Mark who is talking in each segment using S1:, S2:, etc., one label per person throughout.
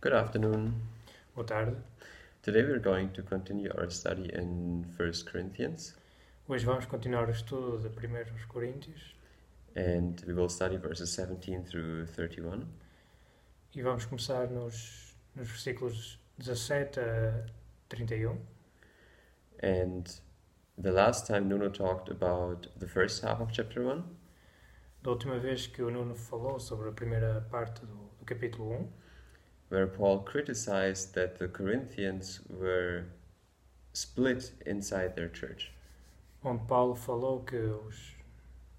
S1: Good afternoon.
S2: Boa tarde.
S1: Today we're going to continue our study in 1 Corinthians
S2: Hoje vamos continuar o estudo de 1 Coríntios
S1: and we will study verses 17 through 31.
S2: e vamos começar nos, nos versículos 17 a 31.
S1: And the last time Nuno talked about the first half of chapter 1,
S2: Da última vez que o Nuno falou sobre a primeira parte do, do capítulo 1,
S1: where Paul criticized that the Corinthians were split inside their church.
S2: onde Paulo falou que os,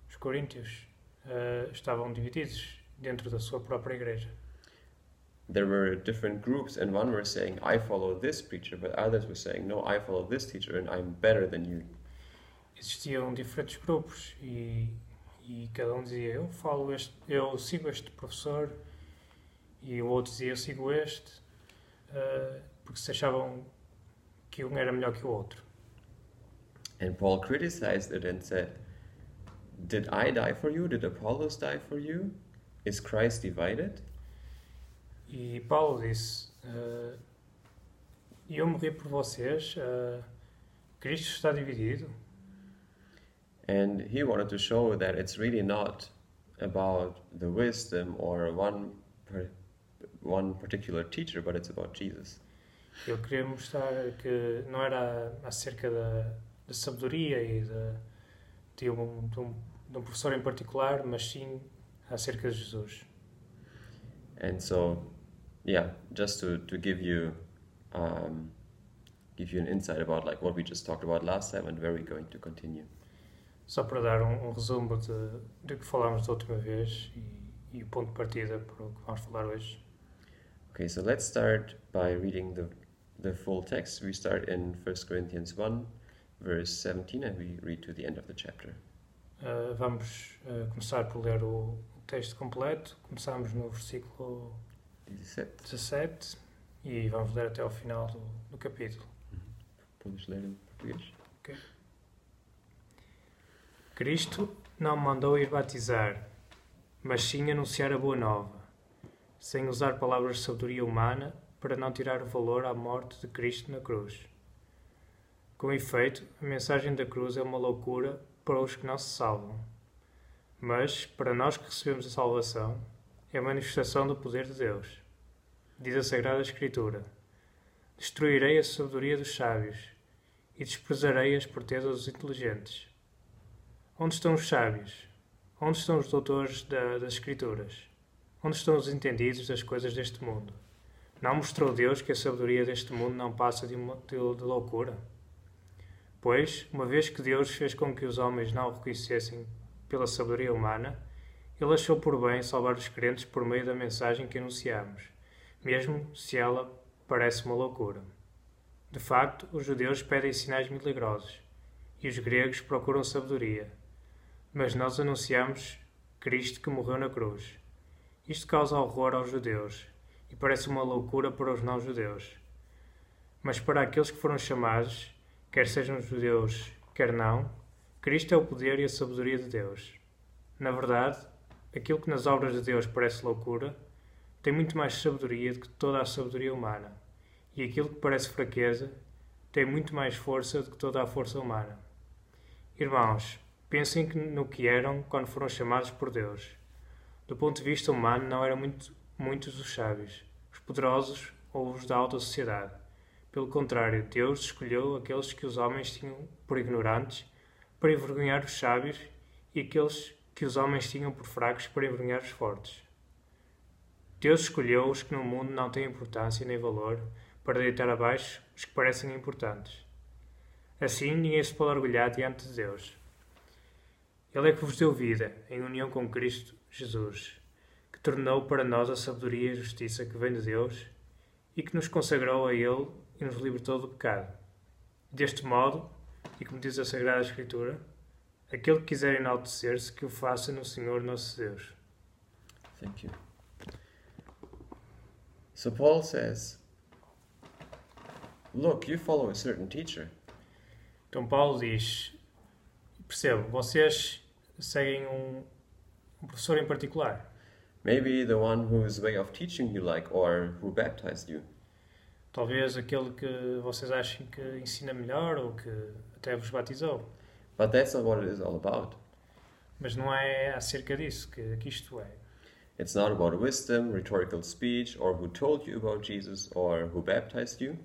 S2: os Coríntios eh, estavam divididos dentro da sua própria igreja.
S1: There were different groups, and one were saying, I follow this preacher, but others were saying, No, I follow this teacher, and I'm better than you.
S2: Existiam diferentes grupos e, e cada um dizia eu falo este, eu sigo este professor e o outro dizia eu sigo este eh, porque se achavam que um era melhor que o outro.
S1: And Paul criticized it and said, Did I die for you? Did Apollos die for you? Is Christ divided?
S2: E Paulo disse eh, eu morri por vocês eh, Cristo está dividido
S1: And he wanted to show that it's really not about the wisdom or one, per, one particular teacher, but it's about Jesus.
S2: Eu queria mostrar que não era acerca da, da sabedoria e de, de, um, de, um, de um professor em particular, mas sim acerca de Jesus.
S1: And so, yeah, just to, to give you um, give you an insight about like what we just talked about last time and where we're going to continue.
S2: Só para dar um, um resumo de, do que falámos da última vez e, e o ponto de partida para o que vamos falar hoje.
S1: Okay, so let's start by reading the, the full text. We start in 1 Corinthians 1, verse 17, and we read to the end of the chapter.
S2: Ah, vamos ah, começar por ler o, o texto completo. Começamos no versículo
S1: Is it
S2: 17 e vamos ler até ao final do, do capítulo.
S1: Polish learning Portuguese?
S2: Cristo não me mandou ir batizar, mas sim anunciar a boa nova, sem usar palavras de sabedoria humana para não tirar o valor à morte de Cristo na cruz. Com efeito, a mensagem da cruz é uma loucura para os que não se salvam, mas para nós que recebemos a salvação, é a manifestação do poder de Deus. Diz a Sagrada Escritura: Destruirei a sabedoria dos sábios e desprezarei a esperteza dos inteligentes. Onde estão os sábios? Onde estão os doutores da- das Escrituras? Onde estão os entendidos das coisas deste mundo? Não mostrou Deus que a sabedoria deste mundo não passa de, uma, de, de loucura? Pois, uma vez que Deus fez com que os homens não o reconhecessem pela sabedoria humana, ele achou por bem salvar os crentes por meio da mensagem que anunciamos, mesmo se ela parece uma loucura. De facto, os judeus pedem sinais milagrosos e os gregos procuram sabedoria. Mas nós anunciamos Cristo que morreu na cruz. Isto causa horror aos judeus e parece uma loucura para os não-judeus. Mas para aqueles que foram chamados, quer sejam judeus, quer não, Cristo é o poder e a sabedoria de Deus. Na verdade, aquilo que nas obras de Deus parece loucura tem muito mais sabedoria do que toda a sabedoria humana, e aquilo que parece fraqueza tem muito mais força do que toda a força humana. Irmãos, pensem que- no que eram quando foram chamados por Deus. Do ponto de vista humano, não eram muito, muitos os sábios, os poderosos ou os da alta sociedade. Pelo contrário, Deus escolheu aqueles que os homens tinham por ignorantes para envergonhar os sábios e aqueles que os homens tinham por fracos para envergonhar os fortes. Deus escolheu os que no mundo não têm importância nem valor para deitar abaixo os que parecem importantes. Assim, ninguém se pode orgulhar diante de Deus. Ele é que vos deu vida, em união com Cristo Jesus, que tornou para nós a sabedoria e a justiça que vem de Deus e que nos consagrou a Ele e nos libertou do pecado. Deste modo, e como diz a Sagrada Escritura, aquele que quiser enaltecer-se, que o faça no Senhor nosso Deus.
S1: Thank you. So Paul says, Look, you follow a certain teacher,
S2: Então Paulo diz: percebo, vocês seguem um, um professor em particular,
S1: Maybe the one whose way of teaching you like or who baptized you.
S2: Talvez aquele que vocês achem que ensina melhor ou que até vos batizou.
S1: But that's not what it is all about.
S2: Mas não é acerca disso que, que isto é.
S1: It's not about wisdom, rhetorical speech, or who told you about Jesus or who baptized you.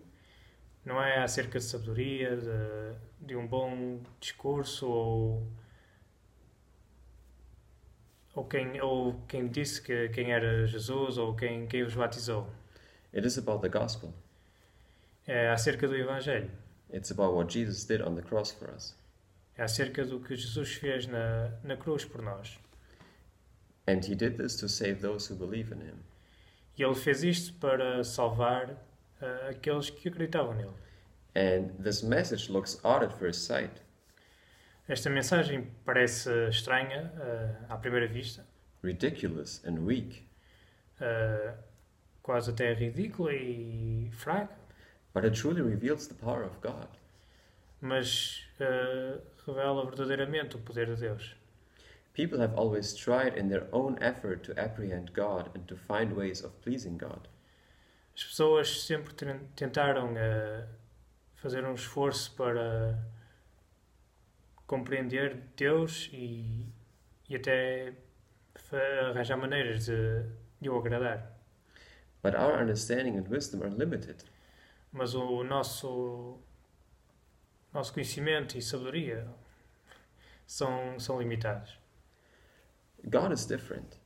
S2: Não é acerca de sabedoria, de, de um bom discurso ou, ou, quem, ou quem disse que quem era Jesus ou quem, quem vos batizou.
S1: It is about the gospel.
S2: É acerca do Evangelho.
S1: It's about what Jesus did on the cross for us.
S2: É acerca do que Jesus fez na, na cruz por nós.
S1: And he did this to save those who believe in him.
S2: E ele fez isto para salvar ah, aqueles que acreditavam nele.
S1: And this message looks odd at first sight.
S2: Esta mensagem parece estranha ah, à primeira vista,
S1: ridiculous and weak,
S2: ah, quase até ridícula e fraca,
S1: but it truly reveals the power of God.
S2: mas ah, revela verdadeiramente o poder de Deus.
S1: People have always tried in their own effort to apprehend God and to find ways of pleasing God.
S2: As pessoas sempre ten- tentaram ah, fazer um esforço para compreender Deus e, e até fa- arranjar maneiras de, de o agradar.
S1: But our understanding and wisdom are limited.
S2: Mas o nosso, nosso conhecimento e sabedoria são, são limitados.
S1: God is different.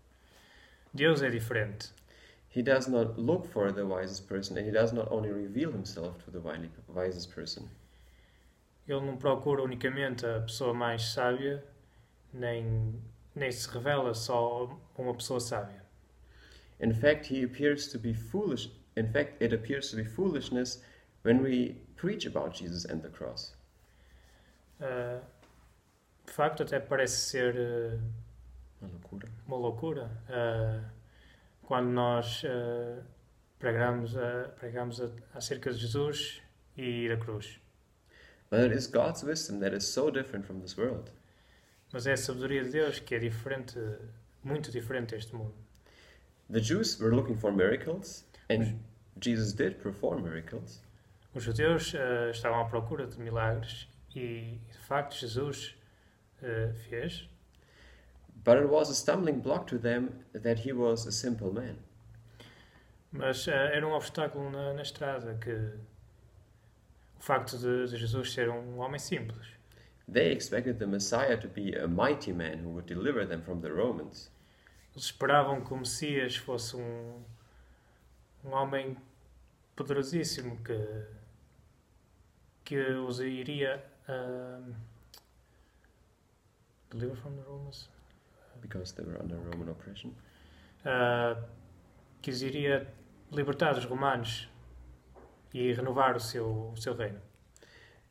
S2: Deus é diferente.
S1: He does not look for the wisest person, and he does not only reveal himself to the wily- wisest person.
S2: Ele não procura unicamente a pessoa mais sábia, nem, nem se revela só a uma pessoa sábia.
S1: In fact, he appears to be foolish. In fact, it appears to be foolishness when we preach about Jesus and the cross.
S2: Ah, de facto, até parece ser ah,
S1: Uma loucura.
S2: uma loucura ah, quando nós ah, pregamos, ah, pregamos a- acerca de Jesus e da cruz.
S1: But it is God's wisdom that is so different from this world.
S2: Mas é a sabedoria de Deus que é diferente, muito diferente deste mundo.
S1: The Jews were looking for miracles, and Jesus did perform miracles.
S2: Os judeus eh, estavam à procura de milagres e, de facto, Jesus eh, fez,
S1: But it was a stumbling block to them that he was a simple man.
S2: mas eh, era um obstáculo na, na estrada que o facto de, de Jesus ser um homem simples.
S1: They expected the Messiah to be a mighty man who would deliver them from the Romans.
S2: Eles esperavam que o Messias fosse um, um homem poderosíssimo que, que os iria. Um, deliver from the Romans?
S1: because they were under Roman oppression.
S2: Ah, que os iria libertar dos romanos e renovar o seu, o seu reino.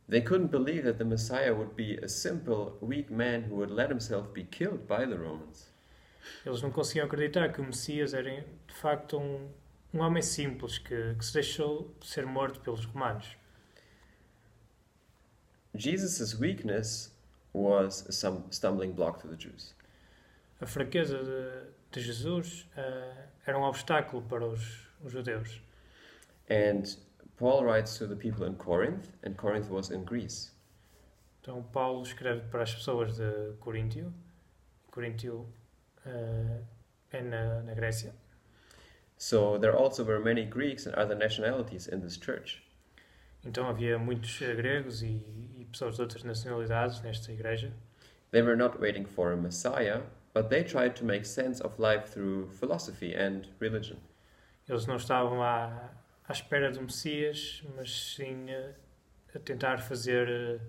S1: They couldn't believe that the Messiah would be a simple, weak man who would let himself be killed by the Romans.
S2: Eles não conseguiam acreditar que o Messias era de facto um, um homem simples que, que se deixou ser morto pelos romanos.
S1: Jesus' weakness was some stumbling block to the Jews.
S2: A fraqueza de, de Jesus ah, era um obstáculo para os, os judeus.
S1: And Paul writes to the people in Corinth, and Corinth was in Greece.
S2: Então Paulo escreve para as pessoas de Coríntio, Coríntio ah, é na, na Grécia,
S1: So there also were many Greeks and other nationalities in this church.
S2: então havia muitos eh, gregos e, e pessoas de outras nacionalidades nesta igreja.
S1: They were not waiting for a Messiah, but they tried to make sense of life through philosophy and religion.
S2: Eles não estavam à, à espera do Messias, mas sim eh, a tentar fazer, eh,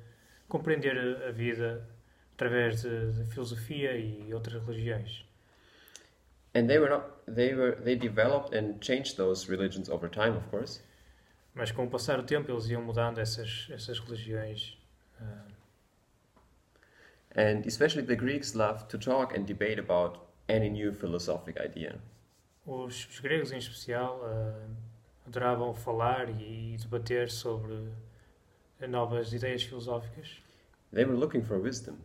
S2: compreender a- a vida através de, de filosofia e outras religiões.
S1: And they were not they were they developed and changed those religions over time, of course.
S2: Mas com o passar do tempo eles iam mudando essas, essas religiões. ah,
S1: And especially the Greeks loved to talk and debate about any new philosophic idea.
S2: Os, os gregos, em especial, ah, adoravam falar e debater sobre novas ideias filosóficas.
S1: They were looking for wisdom,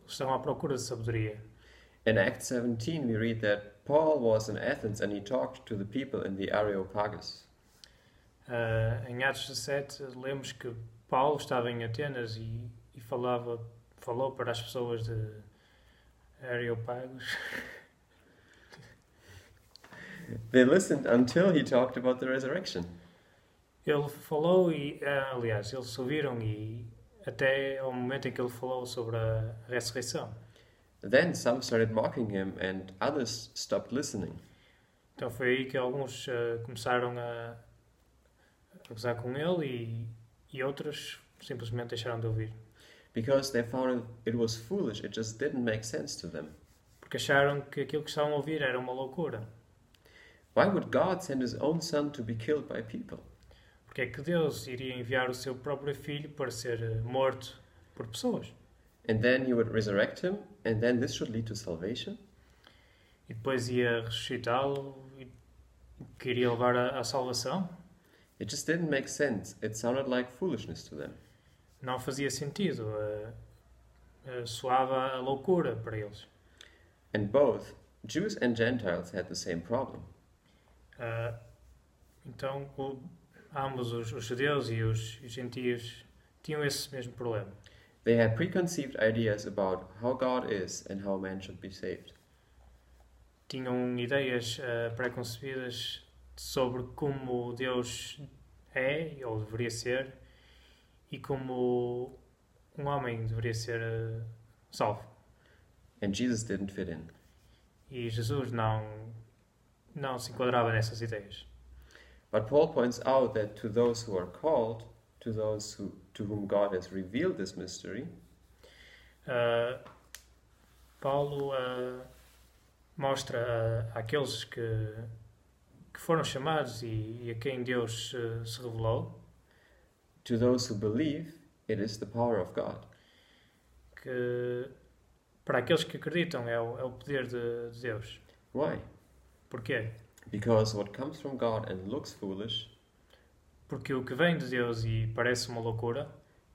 S2: Eles estavam à procura de sabedoria.
S1: In Acts 17, we read that Paul was in Athens and he talked to the people in the Areopagus.
S2: Ah, em Atos 17, lemos que Paulo estava em Atenas e, e falava, falou para as pessoas de Areopagos.
S1: They listened until he talked about the resurrection.
S2: Ele falou e, ah, aliás, eles ouviram e até ao momento em que ele falou sobre a ressurreição.
S1: Then some started mocking him and others stopped listening.
S2: Então foi aí que alguns ah, começaram a, a gozar com ele e, e outros simplesmente deixaram de ouvir.
S1: Because they found it was foolish, it just didn't make sense to them.
S2: Porque acharam que aquilo que estavam a ouvir era uma loucura.
S1: Why would God send his own son to be killed by people?
S2: Porque é que Deus iria enviar o seu próprio filho para ser eh, morto por pessoas?
S1: And then he would resurrect him, and then this should lead to salvation?
S2: E depois ia ressuscitá-lo e que iria levar à, à salvação?
S1: It just didn't make sense. It sounded like foolishness to them.
S2: Não fazia sentido. eh, eh, soava a loucura para eles.
S1: And both Jews and Gentiles had the same problem.
S2: Ah, então, o- ambos os, os judeus e os, os gentios tinham esse mesmo problema.
S1: They had preconceived ideas about how God is and how man should be saved.
S2: Tinham ideias ah, preconcebidas sobre como Deus é, ou deveria ser, e como um homem deveria ser ah, salvo.
S1: And Jesus didn't fit in.
S2: E Jesus não, não se enquadrava nessas ideias.
S1: But Paul points out that to those who are called, to those who, to whom God has revealed this mystery,
S2: Uh, Paulo uh, mostra a- àqueles que, que foram chamados e, e a quem Deus uh, se revelou
S1: to those who believe, it is the power of God.
S2: que para aqueles que acreditam é o, é o poder de, de Deus.
S1: Why?
S2: Porquê?
S1: Because what comes from God and looks foolish
S2: Porque o que vem de Deus e parece uma loucura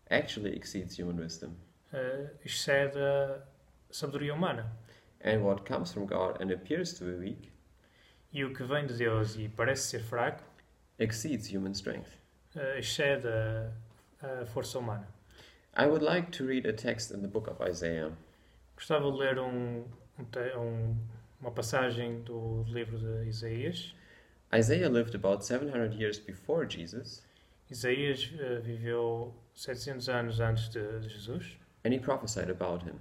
S1: actually exceeds human wisdom.
S2: uh, excede a sabedoria humana.
S1: And what comes from God and appears to be weak
S2: E o que vem de Deus e parece ser fraco
S1: exceeds human strength.
S2: uh, excede a, a força humana.
S1: I would like to read a text in the book of Isaiah.
S2: Gostava de ler um, um te- um- uma passagem do livro de Isaías.
S1: Isaiah lived about 700 years before Jesus,
S2: Isaías eh, viveu 700 anos antes de, de Jesus
S1: and he prophesied about him.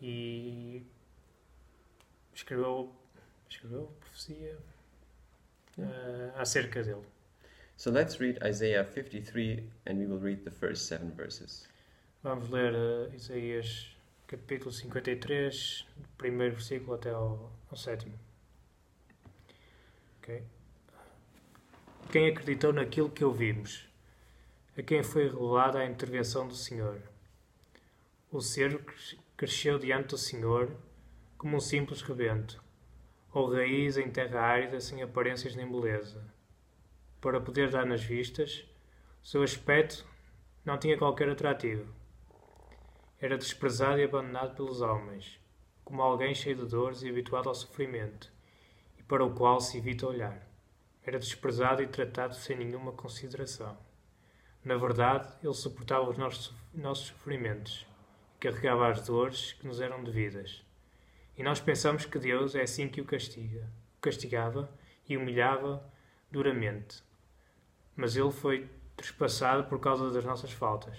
S2: e escreveu, escreveu profecia eh, acerca dele.
S1: So let's read Isaiah 53 and we will read the first seven verses.
S2: Vamos ler eh, Isaías capítulo 53, do primeiro versículo até ao, ao sétimo. Ok. Quem acreditou naquilo que ouvimos? A quem foi revelada a intervenção do Senhor? O ser cres- cresceu diante do Senhor como um simples rebento, ou raiz em terra árida sem aparências nem beleza. Para poder dar nas vistas, seu aspecto não tinha qualquer atrativo. Era desprezado e abandonado pelos homens, como alguém cheio de dores e habituado ao sofrimento, e para o qual se evita olhar. Era desprezado e tratado sem nenhuma consideração. Na verdade, ele suportava os nossos, nossos sofrimentos e carregava as dores que nos eram devidas. E nós pensamos que Deus é assim que o castiga. O castigava e humilhava duramente. Mas ele foi trespassado por causa das nossas faltas,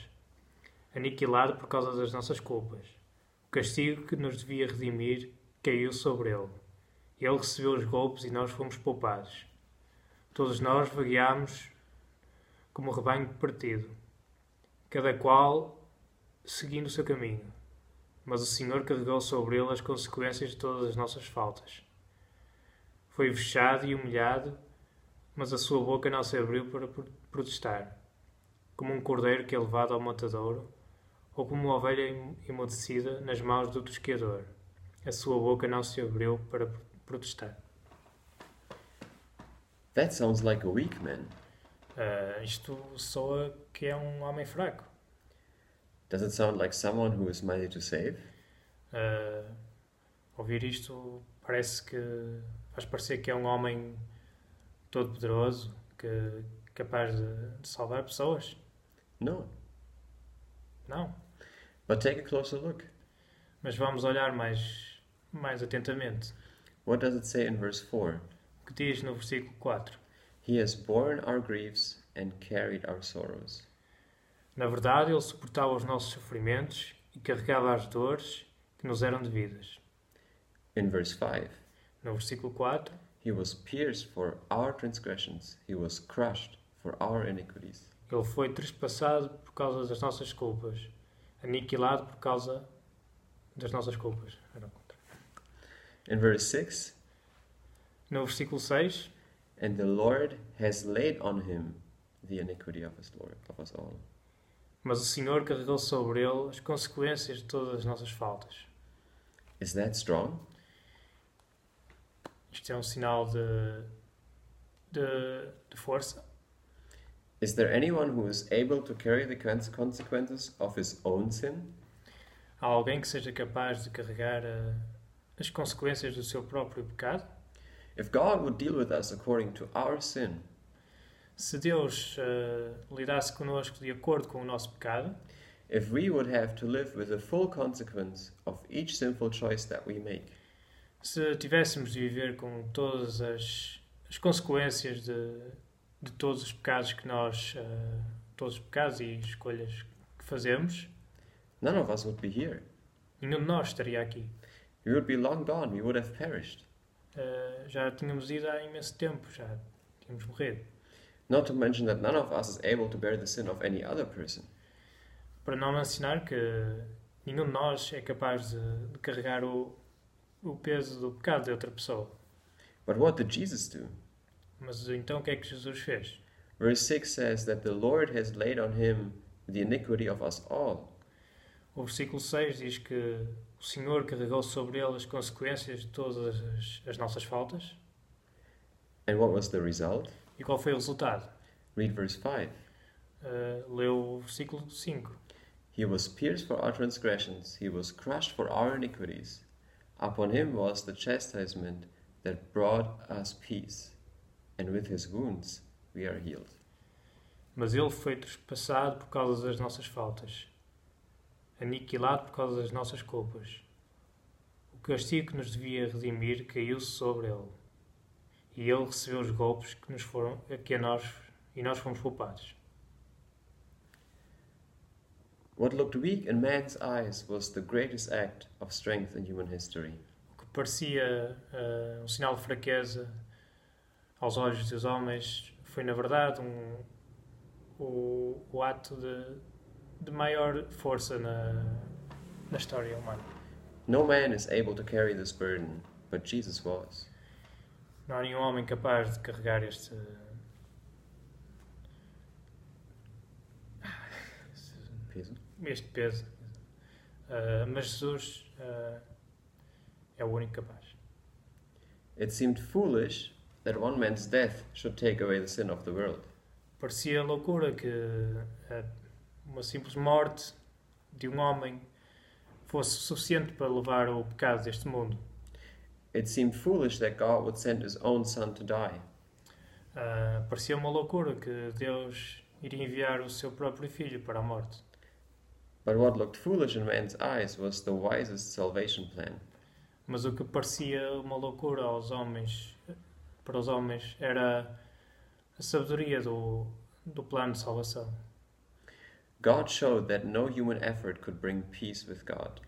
S2: aniquilado por causa das nossas culpas. O castigo que nos devia redimir caiu sobre ele. Ele recebeu os golpes e nós fomos poupados. Todos nós vagueámos como rebanho partido, cada qual seguindo o seu caminho. Mas o Senhor carregou sobre ele as consequências de todas as nossas faltas. Foi vexado e humilhado, mas a sua boca não se abriu para pro- protestar. Como um cordeiro que é levado ao matadouro, ou como uma ovelha em- emudecida nas mãos do tosqueador. A sua boca não se abriu para pro- protestar.
S1: That sounds like a weak man.
S2: Ah, isto soa que é um homem fraco.
S1: Does it sound like someone who is mighty to save?
S2: Ah, Ouvir isto parece que faz parecer que é um homem todo poderoso, que capaz de, de salvar pessoas.
S1: No.
S2: Não.
S1: But take a closer look.
S2: Mas vamos olhar mais, mais atentamente.
S1: What does it say in verse 4?
S2: O que diz no versículo 4?
S1: He has borne our griefs and carried our sorrows.
S2: Na verdade, ele suportava os nossos sofrimentos e carregava as dores que nos eram devidas.
S1: In verse 5,
S2: No versículo 4,
S1: he was pierced for our transgressions, he was crushed for our iniquities.
S2: ele foi trespassado por causa das nossas culpas, aniquilado por causa das nossas culpas. Era o contrário.
S1: In verse 6,
S2: No versículo 6,
S1: and the Lord has laid on him the iniquity of his Lord of us all.
S2: mas o Senhor carregou sobre ele as consequências de todas as nossas faltas.
S1: Is that strong?
S2: Isto é um sinal de, de, de força.
S1: Is there anyone who is able to carry the cons- consequences of his own sin?
S2: Há alguém que seja capaz de carregar eh, as consequências do seu próprio pecado?
S1: If God would deal with us according to our sin,
S2: Se Deus eh, lidasse connosco de acordo com o nosso pecado,
S1: if we would have to live with the full consequence of each sinful choice that we make,
S2: se tivéssemos de viver com todas as, as consequências de, de todos os pecados que nós, eh, todos os pecados e escolhas que fazemos,
S1: none of us would be here.
S2: nenhum de nós estaria aqui.
S1: We would be long gone, we would have perished.
S2: Eh, já tínhamos ido há imenso tempo, já tínhamos morrido.
S1: Not to mention that none of us is able to bear the sin of any other person.
S2: Para não mencionar que nenhum de nós é capaz de, de carregar o, o peso do pecado de outra pessoa.
S1: But what did Jesus do?
S2: Mas então o que é que Jesus fez?
S1: Verse 6 says that the Lord has laid on him the iniquity of us all.
S2: O versículo 6 diz que o Senhor carregou sobre ele as consequências de todas as, as nossas faltas.
S1: And what was the result?
S2: E qual foi o resultado?
S1: Read verse 5.
S2: Eh, leu o versículo 5.
S1: He was pierced for our transgressions, he was crushed for our iniquities. Upon him was the chastisement that brought us peace, and with his wounds we are healed.
S2: Mas ele foi trespassado por causa das nossas faltas, aniquilado por causa das nossas culpas. O castigo que nos devia redimir caiu sobre ele, e ele recebeu os golpes que nos foram que a nós e nós fomos poupados.
S1: What looked weak in man's eyes was the greatest act of strength in human history.
S2: O que parecia eh, um sinal de fraqueza aos olhos dos homens foi na verdade um, o, o ato de, de maior força na, na história humana.
S1: No man is able to carry this burden, but Jesus was.
S2: Não há nenhum homem capaz de carregar este. este peso. Ah, mas Jesus ah, é o único capaz.
S1: It seemed foolish that one man's death should take away the sin of the world.
S2: Parecia loucura que ah, uma simples morte de um homem fosse suficiente para levar o pecado deste mundo.
S1: It seemed foolish that God would send his own son to die.
S2: Ah, parecia uma loucura que Deus iria enviar o seu próprio filho para a morte.
S1: But what looked foolish in man's eyes was the wisest salvation plan.
S2: Mas o que parecia uma loucura aos homens, para os homens, era a sabedoria do, do plano de salvação.
S1: God showed that no human effort could bring peace with God.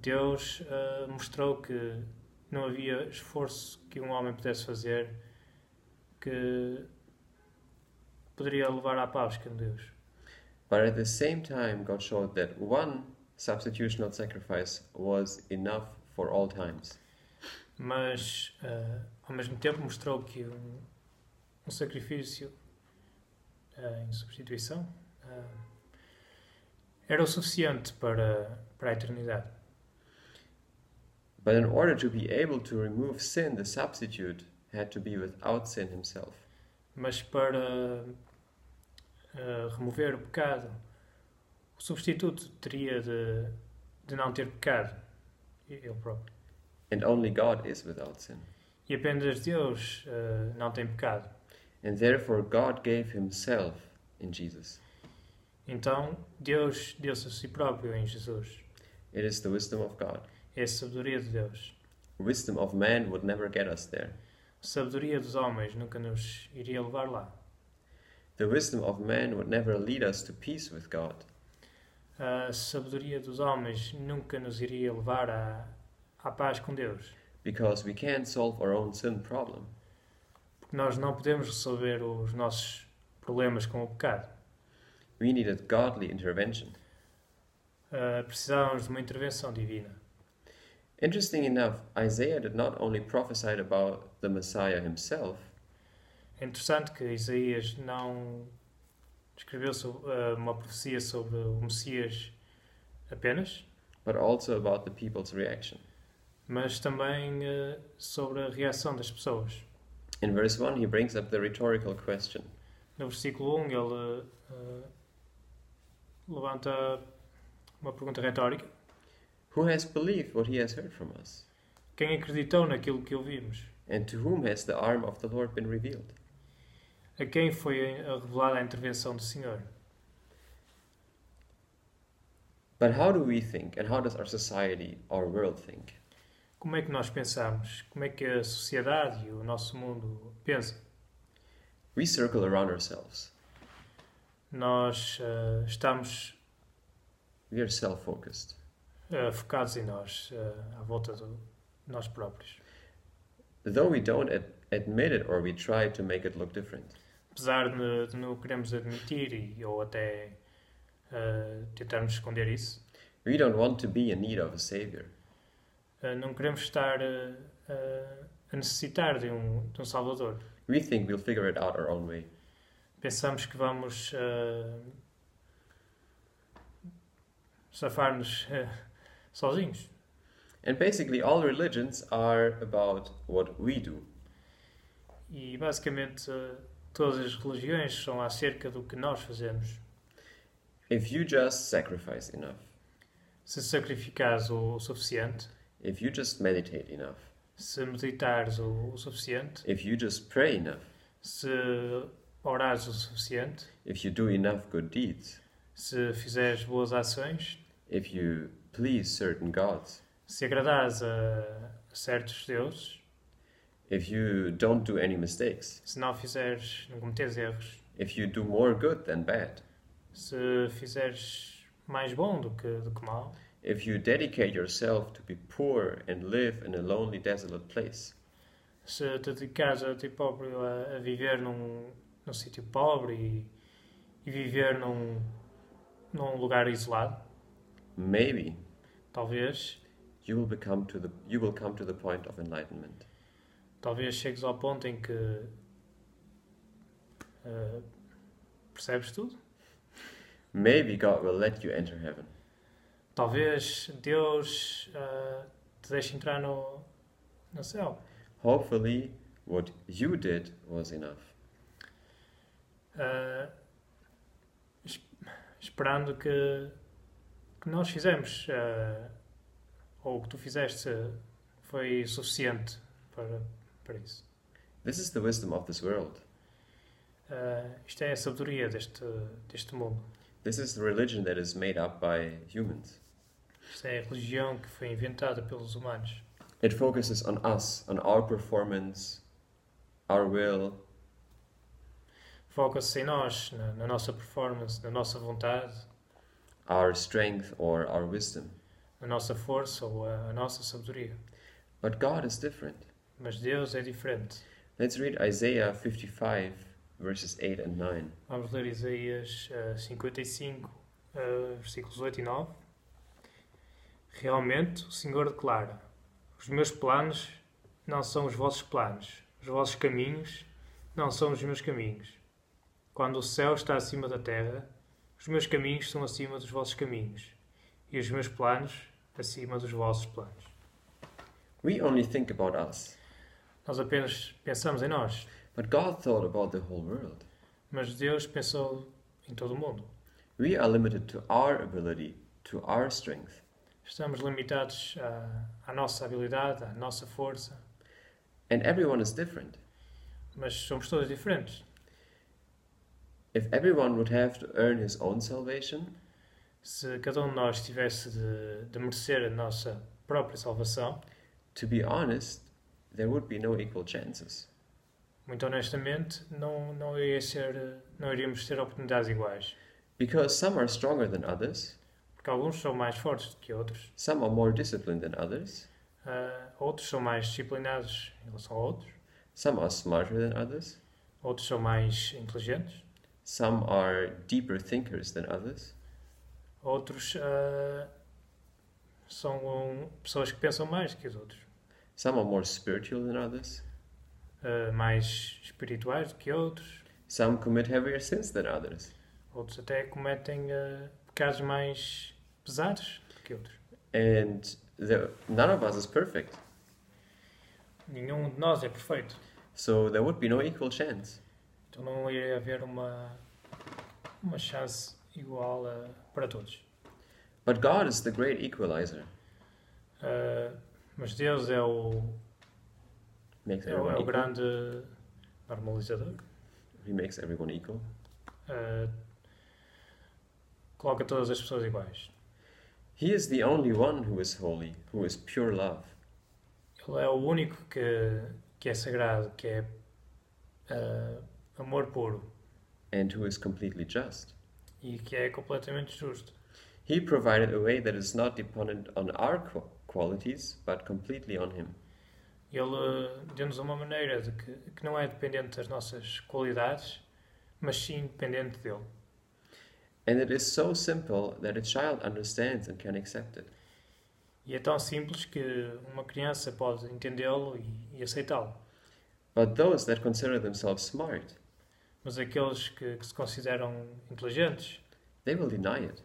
S2: Deus eh, mostrou que não havia esforço que um homem pudesse fazer que poderia levar à paz com Deus.
S1: But at the same time, God showed that one substitutional sacrifice was enough for all times.
S2: Mas, eh, ao mesmo tempo, mostrou que um, um sacrifício eh, em substituição eh, era o suficiente para, para a eternidade.
S1: But in order to be able to remove sin, the substitute had to be without sin himself.
S2: Mas para eh, remover o pecado, o substituto teria de, de não ter pecado, ele próprio.
S1: And only God is without sin.
S2: E apenas Deus eh, não tem pecado.
S1: And therefore, God gave Himself in Jesus.
S2: Então, Deus deu-se a si próprio em Jesus.
S1: It is the wisdom of God.
S2: É a sabedoria de Deus.
S1: Wisdom of man would never get us there.
S2: A sabedoria dos homens nunca nos iria levar lá.
S1: The wisdom of man would never lead us to peace with God.
S2: A sabedoria dos homens nunca nos iria levar à, à paz com Deus.
S1: Because we can't solve our own sin problem.
S2: Porque nós não podemos resolver os nossos problemas com o pecado.
S1: We needed godly intervention.
S2: Eh, precisávamos de uma intervenção divina.
S1: Interesting enough, Isaiah did not only prophesy about the Messiah himself,
S2: É interessante que Isaías não escreveu so- eh, uma profecia sobre o Messias apenas,
S1: but also about the people's reaction.
S2: mas também eh, sobre a reação das pessoas.
S1: In verse 1, he brings up the rhetorical question
S2: No versículo 1, ele eh, levanta uma pergunta retórica:
S1: Who has believed what he has heard from us?
S2: Quem acreditou naquilo que ouvimos?
S1: And to whom has the arm of the Lord been revealed?
S2: A quem foi eh, revelada a intervenção do Senhor?
S1: But how do we think, and how does our society, our world think?
S2: Como é que nós pensamos? Como é que a sociedade e o nosso mundo pensam?
S1: We circle around ourselves.
S2: Nós eh, estamos
S1: We are self focused.
S2: eh, focados em nós, eh, à volta do- de nós próprios.
S1: Though we don't ad- admit it or we try to make it look different.
S2: Apesar de, de não queremos admitir e, ou até eh, tentarmos esconder isso,
S1: We don't want to be in need of a savior.
S2: eh, não queremos estar eh, eh, a necessitar de um, de um Salvador.
S1: We think we'll figure it out our own way.
S2: Pensamos que vamos eh, safar-nos eh, sozinhos.
S1: And basically, all religions are about what we do.
S2: E basicamente eh, todas as religiões são acerca do que nós fazemos.
S1: If you just sacrifice enough,
S2: Se sacrificares o o suficiente,
S1: if you just meditate enough,
S2: se meditares o, o suficiente,
S1: if you just pray enough,
S2: se orares o suficiente,
S1: if you do enough good deeds,
S2: se fizeres boas ações,
S1: if you please certain gods,
S2: se agradares a certos deuses,
S1: if you don't do any mistakes,
S2: se não fizeres, não cometeres erros,
S1: if you do more good than bad,
S2: se fizeres mais bom do que, do que mal,
S1: if you dedicate yourself to be poor and live in a lonely, desolate place,
S2: se te dedicares a ti próprio a, a viver num, num sítio pobre e, e viver num, num lugar isolado,
S1: maybe
S2: talvez,
S1: you will become to the you will come to the point of enlightenment.
S2: talvez chegues ao ponto em que eh, percebes tudo.
S1: Maybe God will let you enter heaven.
S2: Talvez Deus ah, te deixe entrar no, no céu.
S1: Hopefully, what you did was enough.
S2: Ah, es- esperando que, que nós fizemos, ah, ou o que tu fizeste foi suficiente para, para isso.
S1: This is the wisdom of this world.
S2: Ah, isto é a sabedoria deste, deste mundo.
S1: This is the religion that is made up by humans.
S2: Isto é a religião que foi inventada pelos humanos.
S1: It focuses on us, on our performance, our will,
S2: Foca-se em nós, na, na nossa performance, na nossa vontade,
S1: our strength, or our wisdom.
S2: na nossa força ou a, a nossa sabedoria.
S1: But God is different.
S2: Mas Deus é diferente.
S1: Let's read Isaiah 55, verses 8 and 9.
S2: Vamos ler Isaías eh, 55, eh, versículos 8 e 9. Realmente o Senhor declara: Os meus planos não são os vossos planos, os vossos caminhos não são os meus caminhos. Quando o céu está acima da terra, os meus caminhos são acima dos vossos caminhos, e os meus planos acima dos vossos planos.
S1: We only think about us,
S2: Nós apenas pensamos em nós,
S1: but God thought about the whole world.
S2: mas Deus pensou em todo o mundo.
S1: We are limited to our ability, to our strength,
S2: Estamos limitados à, à nossa habilidade, à nossa força,
S1: And everyone is different.
S2: mas somos todos diferentes.
S1: If everyone would have to earn his own salvation,
S2: Se cada um de nós tivesse de, de merecer a nossa própria salvação,
S1: to be honest, there would be no equal chances.
S2: muito honestamente, não, não, iria ser, eh, não iríamos ter oportunidades iguais.
S1: Because some are stronger than others,
S2: Porque alguns são mais fortes do que outros,
S1: some are more disciplined than others,
S2: ah, outros são mais disciplinados em relação a outros,
S1: some are smarter than others,
S2: outros são mais inteligentes,
S1: some are deeper thinkers than others,
S2: outros ah, são um, pessoas que pensam mais que os outros.
S1: some are more spiritual than others,
S2: uh, mais espirituais do que outros,
S1: some commit heavier sins than others,
S2: outros até cometem uh, pecados mais pesados do que outros.
S1: and there, none of us is perfect.
S2: Nenhum de nós é perfeito,
S1: So there would be no equal chance.
S2: então não iria haver uma, uma chance igual uh, para todos.
S1: But God is the great equalizer,
S2: Uh, mas Deus é o,
S1: makes
S2: é o, é
S1: everyone
S2: o
S1: equal.
S2: grande normalizador,
S1: He makes everyone equal.
S2: uh, coloca todas as pessoas iguais.
S1: He is the only one who is holy, who is pure love.
S2: Ele é o único que, que é sagrado, que é uh, amor puro.
S1: and who is completely just.
S2: e que é completamente justo.
S1: He provided a way that is not dependent on our qu- qualities, but completely on Him.
S2: Ele eh, deu-nos uma maneira de que, que não é dependente das nossas qualidades, mas sim dependente dele.
S1: And it is so simple that a child understands and can accept it.
S2: E é tão simples que uma criança pode entendê-lo e, e aceitá-lo.
S1: But those that consider themselves smart,
S2: Mas aqueles que, que se consideram inteligentes
S1: they will deny it,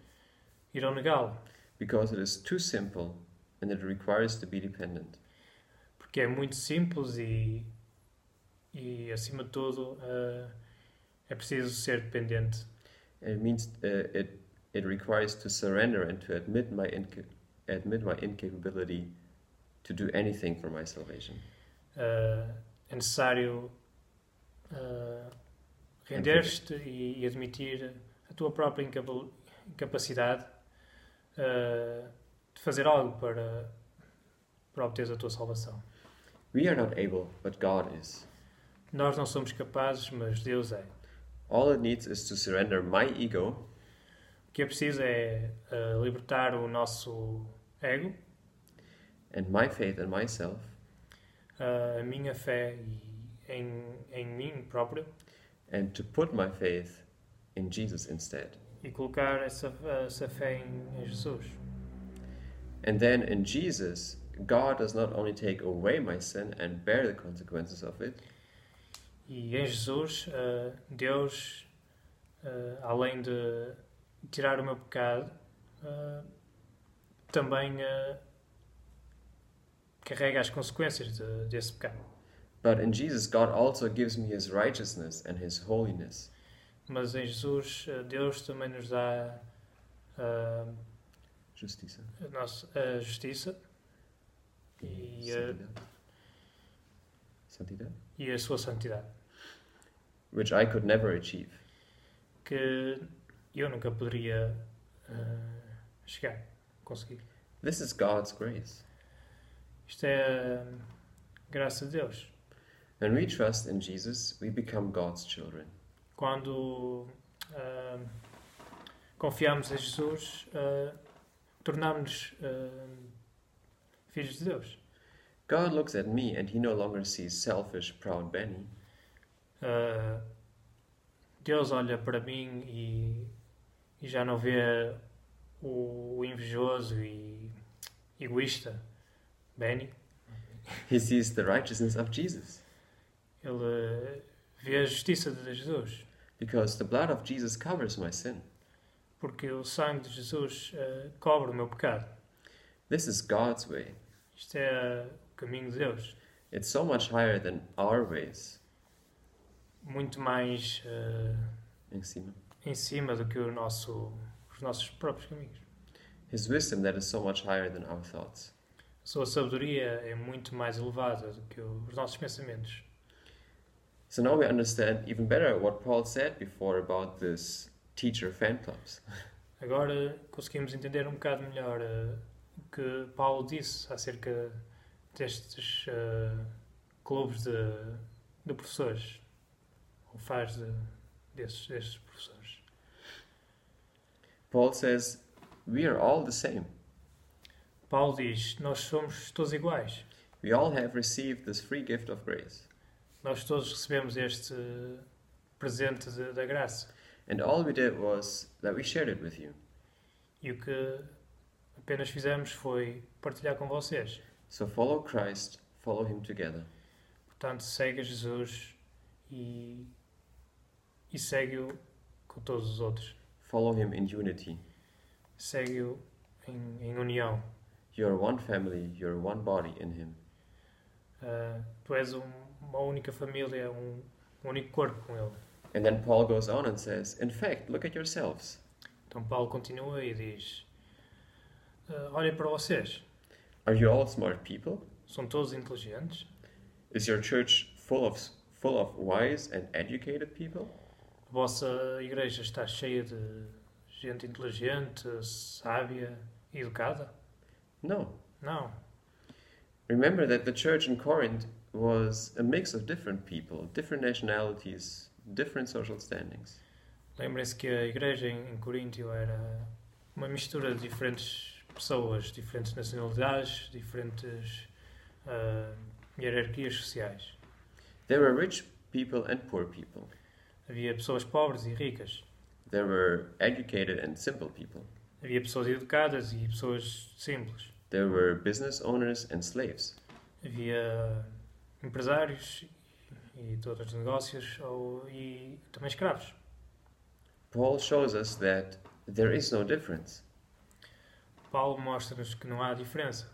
S2: irão negá-lo,
S1: because it is too simple and it requires to be dependent.
S2: porque é muito simples e, e acima de tudo, eh, é preciso ser dependente.
S1: It means uh, it, it requires to surrender and to admit my, inca- admit my incapability to do anything for my salvation.
S2: Eh, é necessário eh, render-te e, e admitir a tua própria incapa- incapacidade eh, de fazer algo para, para obter a tua salvação.
S1: We are not able, but God is.
S2: Nós não somos capazes, mas Deus é.
S1: All it needs is to surrender my ego
S2: O que é preciso é eh, libertar o nosso ego,
S1: and my faith in myself
S2: eh, a minha fé e- em, em mim próprio
S1: and to put my faith in Jesus instead.
S2: e colocar essa, essa fé em- em Jesus.
S1: And then in Jesus, God does not only take away my sin and bear the consequences of it,
S2: E em Jesus, eh, Deus, eh, além de tirar o meu pecado, eh, também eh, carrega as consequências de- desse pecado.
S1: but in Jesus, God also gives me his righteousness and his holiness.
S2: Mas em Jesus, eh, Deus também nos dá eh,
S1: Justiça.
S2: a nossa a justiça e, a-
S1: Santidad. Santidad.
S2: e a sua santidade,
S1: Which I could never achieve.
S2: que eu nunca poderia eh, chegar, conseguir.
S1: This is God's grace.
S2: Isto é eh, graça de Deus.
S1: When we trust in Jesus, we become God's children.
S2: quando ah, confiamos em Jesus, ah, tornamos-nos ah, filhos de Deus.
S1: God looks at me and he no longer sees selfish, proud Benny.
S2: Ah, Deus olha para mim e, e já não vê o, invejoso e egoísta Benny.
S1: He sees the righteousness of Jesus
S2: Ele ah, vê a justiça de Jesus,
S1: because the blood of Jesus covers my sin.
S2: porque o sangue de Jesus ah, cobre o meu pecado.
S1: This is God's way.
S2: Isto é o caminho de Deus.
S1: It's so much higher than our ways.
S2: Muito mais. ah,
S1: Maxima.
S2: em cima do que o nosso, os nossos próprios caminhos.
S1: His- His wisdom that is so much higher than our thoughts.
S2: Sua sabedoria é muito mais elevada do que os nossos pensamentos.
S1: So now we understand even better what Paul said before about this teacher fan clubs.
S2: Agora conseguimos entender um bocado melhor eh, o que Paulo disse acerca destes eh, clubes de, de professores, ou faz de, desses, destes professores.
S1: Paul says, We are all the same.
S2: Paulo diz: Nós somos todos iguais,
S1: We all have received this free gift of grace,
S2: nós todos recebemos este presente de- da graça.
S1: and all we did was that we shared it with you.
S2: E o que apenas fizemos foi partilhar com vocês.
S1: So follow Christ, follow him together.
S2: Portanto, segue a Jesus e, e segue-o com todos os outros.
S1: Follow him in unity.
S2: Segue-o em, em união.
S1: You are one family, you are one body in him.
S2: Ah, tu és um- uma única família, um, um único corpo com ele.
S1: And then Paul goes on and says, In fact, look at yourselves.
S2: Então, Paulo continua e diz: ah, Olhem para vocês,
S1: Are you all smart people?
S2: são todos inteligentes.
S1: Is your church full of full of wise and educated people?
S2: A vossa igreja está cheia de gente inteligente, sábia e educada?
S1: No.
S2: Não.
S1: Remember that the church in Corinth was a mix of different people, different nationalities, different social standings.
S2: Lembrem-se que a igreja em em Coríntio era uma mistura de diferentes pessoas, diferentes nacionalidades, diferentes ah, hierarquias sociais.
S1: There were rich people and poor people.
S2: Havia pessoas pobres e ricas,
S1: There were educated and simple people.
S2: havia pessoas educadas e pessoas simples,
S1: There were business owners and slaves.
S2: havia empresários e de outros negócios ou, e também escravos.
S1: Paul shows us that there is no difference,
S2: Paulo mostra-nos que não há diferença,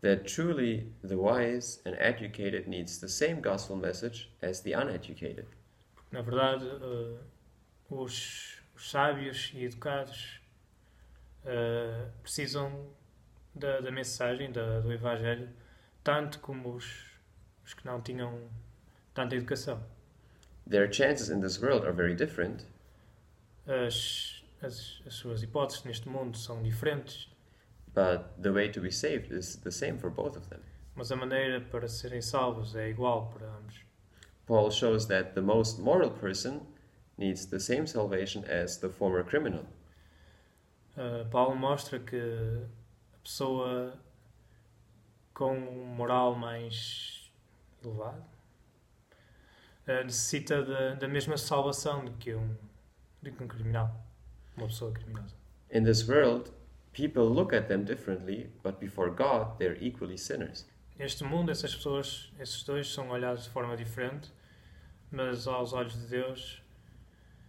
S1: that truly the wise and educated needs the same gospel message as the uneducated.
S2: porque na verdade ah, os, os sábios e educados ah, precisam da, da mensagem, da- do Evangelho, tanto como os, os que não tinham tanta educação.
S1: Their chances in this world are very different,
S2: As, as, as suas hipóteses neste mundo são diferentes,
S1: but the way to be saved is the same for both of them.
S2: mas a maneira para serem salvos é igual para ambos.
S1: Paul shows that the most moral person needs the same salvation as the former criminal.
S2: Uh, Paulo mostra que a pessoa com um moral mais elevado uh, necessita da, da mesma salvação do que um, do que um criminal, uma pessoa criminosa.
S1: In this world, people look at them differently, but before God, they're equally sinners.
S2: Neste mundo, essas pessoas, esses dois são olhados de forma diferente, mas aos olhos de Deus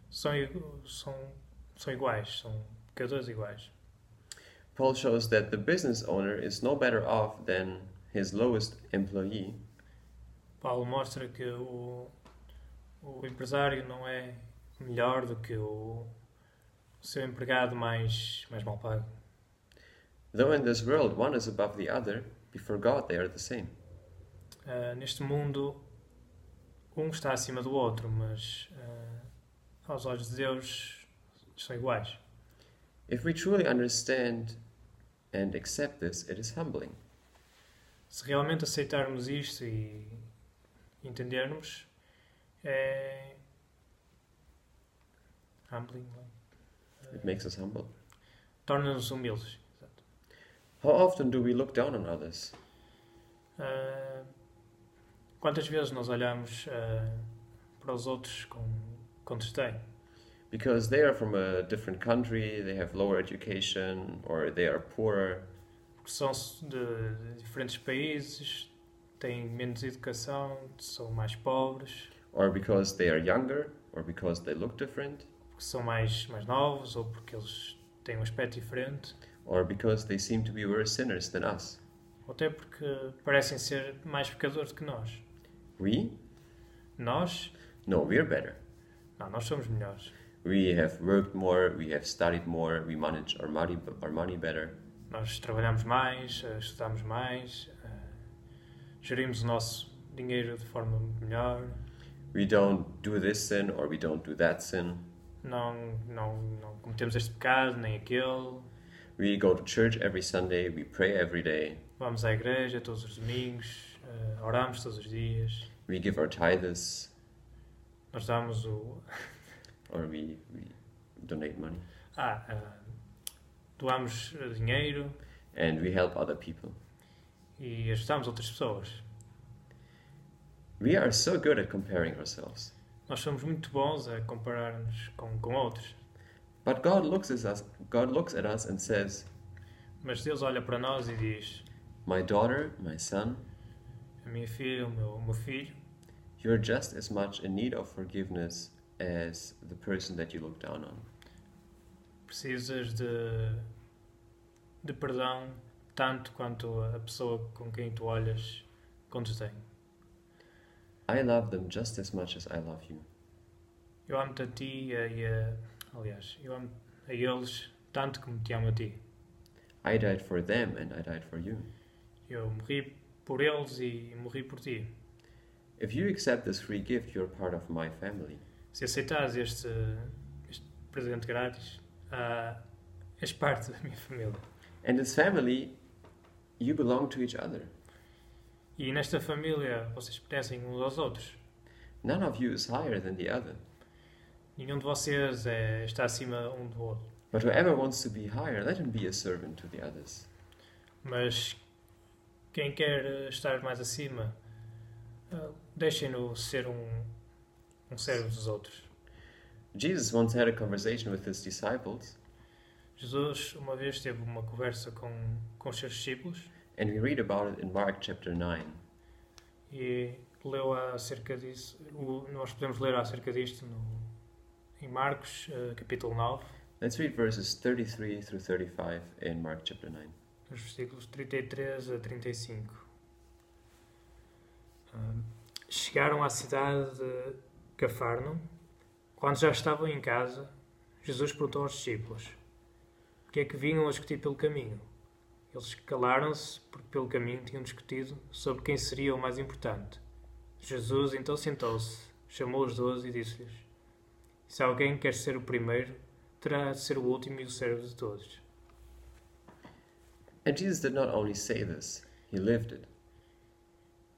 S2: são, igu- são, são iguais, são pecadores iguais.
S1: Paul shows that the business owner is no better off than his lowest employee,
S2: Paulo mostra que o, o empresário não é melhor do que o, o seu empregado mais, mais mal pago.
S1: Though in this world one is above the other, before God they are the same.
S2: Ah, neste mundo, um está acima do outro, mas ah, aos olhos de Deus são iguais.
S1: If we truly understand and accept this, it is humbling.
S2: Se realmente aceitarmos isto e entendermos, é. Humbling, não é?
S1: It makes us humble.
S2: torna-nos humildes.
S1: How often do we look down on others?
S2: Ah, quantas vezes nós olhamos ah, para os outros com, com desdém?
S1: Because they are from a different country, they have lower education, or they are poorer.
S2: Porque são de, de diferentes países, têm menos educação, são mais pobres,
S1: Or because they are younger, or because they look different,
S2: porque são mais, mais novos ou porque eles têm um aspecto diferente,
S1: or because they seem to be worse sinners than us.
S2: ou até porque parecem ser mais pecadores do que nós.
S1: We?
S2: Nós?
S1: No, we're better.
S2: Não, nós somos melhores.
S1: We have worked more, we have studied more, we manage our money, our money better.
S2: Nós trabalhamos mais, eh, estudamos mais, eh, gerimos o nosso dinheiro de forma melhor,
S1: We don't do this sin or we don't do that sin.
S2: não, não, não cometemos este pecado nem aquele,
S1: We go to church every Sunday, we pray every day,
S2: vamos à igreja todos os domingos, eh, oramos todos os dias,
S1: we give our tithes
S2: nós damos o.
S1: or we, we donate money,
S2: Ah, eh, doamos eh, dinheiro
S1: and we help other people.
S2: e ajudamos outras pessoas.
S1: We are so good at comparing ourselves.
S2: Nós somos muito bons a comparar-nos com, com outros,
S1: But God looks at us, God looks at us and says,
S2: mas Deus olha para nós e diz:
S1: My daughter, my son,
S2: A minha filha, o meu, o meu filho,
S1: you're just as much in need of forgiveness as the person that you look down on.
S2: precisas de, de perdão tanto quanto a pessoa com quem tu olhas com desdém.
S1: I love them just as much as I love you.
S2: Eu amo-te a ti e a, e a- Aliás, eu amo a eles tanto como te amo a ti.
S1: I died for them and I died for you.
S2: Eu morri por eles e morri por ti.
S1: If you accept this free gift, you're part of my family.
S2: Se aceitares este, este presente grátis, ah, és parte da minha família.
S1: And as family, you belong to each other.
S2: E nesta família vocês pertencem uns aos outros.
S1: None of you is higher than the other.
S2: Nenhum de vocês é, está acima um do outro.
S1: But whoever wants to be higher, let him be a servant to the others.
S2: Mas quem quer eh, estar mais acima, eh, deixem-no ser um, um servo dos outros.
S1: Jesus once had a conversation with his disciples,
S2: Jesus uma vez teve uma conversa com, com os seus discípulos
S1: and we read about it in Mark chapter 9.
S2: e leu acerca disso. o- Nós podemos ler acerca disto no, em Marcos, eh, capítulo 9,
S1: Let's read verses 33 through 35 in Mark chapter 9.
S2: nos versículos 33 a 35. Hum, Chegaram à cidade de Cafarnum. Quando já estavam em casa, Jesus perguntou aos discípulos: O que é que vinham a discutir pelo caminho? Eles calaram-se, porque pelo caminho tinham discutido sobre quem seria o mais importante. Jesus então sentou-se, chamou os doze e disse-lhes: Se alguém quer ser o primeiro, terá de ser o último e o servo de todos.
S1: And Jesus did not only say this, he lived it.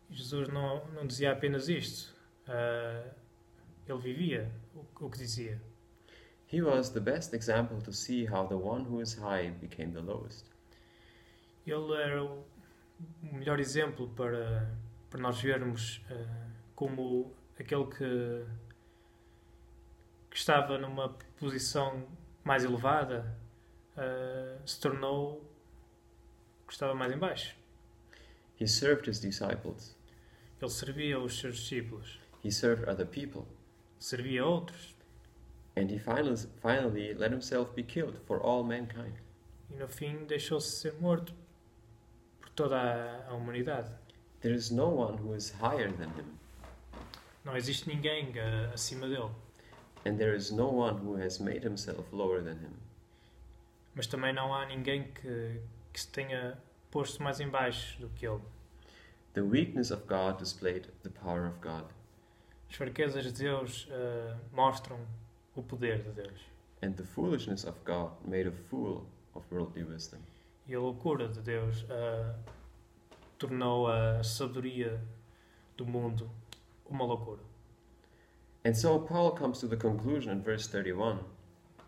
S2: Jesus não, não dizia apenas isto. Ah, ele vivia o, o que dizia.
S1: He was the best example to see how the one who is high became the lowest.
S2: Ele era o o melhor exemplo para, para nós vermos ah, como aquele que, que estava numa posição mais elevada ah, se tornou o que estava mais em baixo.
S1: He served his disciples,
S2: Ele servia os seus discípulos,
S1: he served other people,
S2: servia outros
S1: and he finally, finally let himself be killed for all mankind.
S2: e no fim deixou-se ser morto por toda a- a humanidade.
S1: There is no one who is higher than him,
S2: Não existe ninguém eh, acima dele,
S1: and there is no one who has made himself lower than him.
S2: mas também não há ninguém que, que se tenha posto mais em baixo do que ele.
S1: The weakness of God displayed the power of God,
S2: As fraquezas de Deus eh, mostram o poder de Deus
S1: and the foolishness of God made a fool of worldly wisdom.
S2: e a loucura de Deus eh, tornou a sabedoria do mundo uma loucura.
S1: And so Paul comes to the conclusion in verse 31,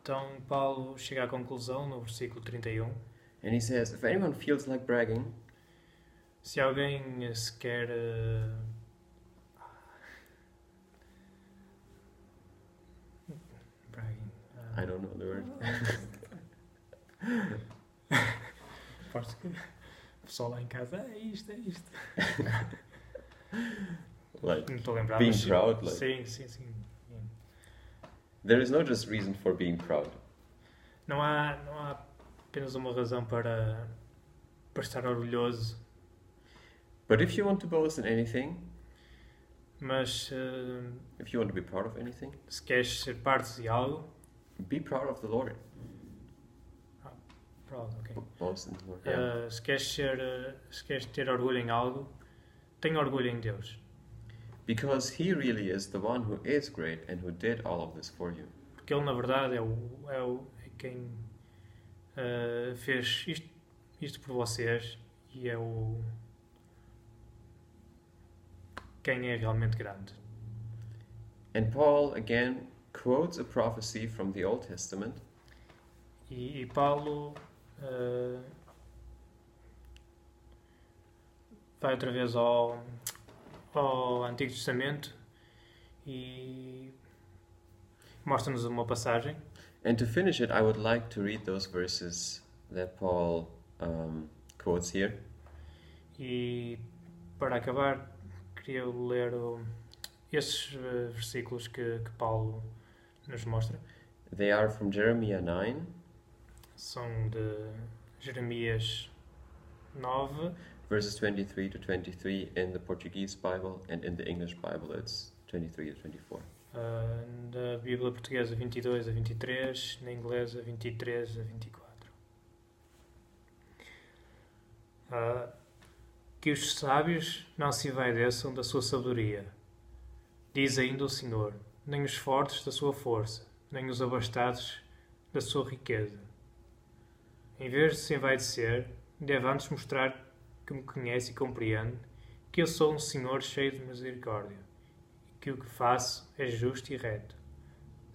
S2: Então Paulo chega à conclusão no versículo 31.
S1: and he says, If anyone feels like bragging,
S2: Se alguém eh, se quer. eh, Bragging. ah,
S1: I don't know the word.
S2: Forte que o pessoal lá em casa, é isto, é isto.
S1: Like,
S2: Não estou a lembrar.
S1: Being
S2: mas sim.
S1: proud, like-
S2: Sim, sim, sim.
S1: there is no just reason for being proud.
S2: Não há, não há apenas uma razão para, para estar orgulhoso,
S1: But if you want to boast in anything,
S2: mas eh,
S1: if you want to be proud of anything,
S2: se queres ser parte de algo,
S1: be proud of the Lord.
S2: Proud, ok.
S1: Boast in the Lord. Yeah.
S2: Uh, se, queres ser, uh, se queres ter orgulho em algo, tem orgulho em Deus.
S1: Because he really is the one who is great and who did all of this for you.
S2: Porque Ele, na verdade, é, o, é, o, é quem uh, fez isto, isto por vocês e é o. quem é realmente grande.
S1: And Paul again quotes a prophecy from the Old Testament
S2: E, e Paulo eh, vai outra vez ao, ao Antigo Testamento e mostra-nos uma passagem.
S1: And to finish it, I would like to read those verses that Paul um, quotes here.
S2: E para acabar, queria ler o- esses eh, versículos que, que Paulo nos mostra.
S1: They are from Jeremiah 9,
S2: São de Jeremias 9,
S1: verses 23 to 23 in the Portuguese Bible, and in the English Bible, it's 23 to 24.
S2: Ah, na Bíblia Portuguesa 22 a 23, na Inglesa 23 a 24. Ah, que os sábios não se envaideçam da sua sabedoria, diz ainda o Senhor, nem os fortes da sua força, nem os abastados da sua riqueza. Em vez de se envaidecer, deve antes mostrar que me conhece e compreende que eu sou um Senhor cheio de misericórdia que o que faço é justo e reto.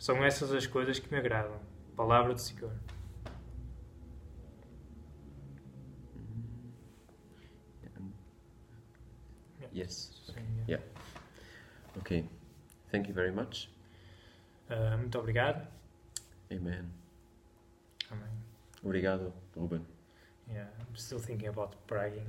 S2: São essas as coisas que me agradam. Palavra do Senhor.
S1: Yes. Yeah. Okay. Thank you very much.
S2: Ah, muito obrigado.
S1: Amen.
S2: Amém.
S1: Obrigado, Ruben.
S2: Yeah, I'm still thinking about praying.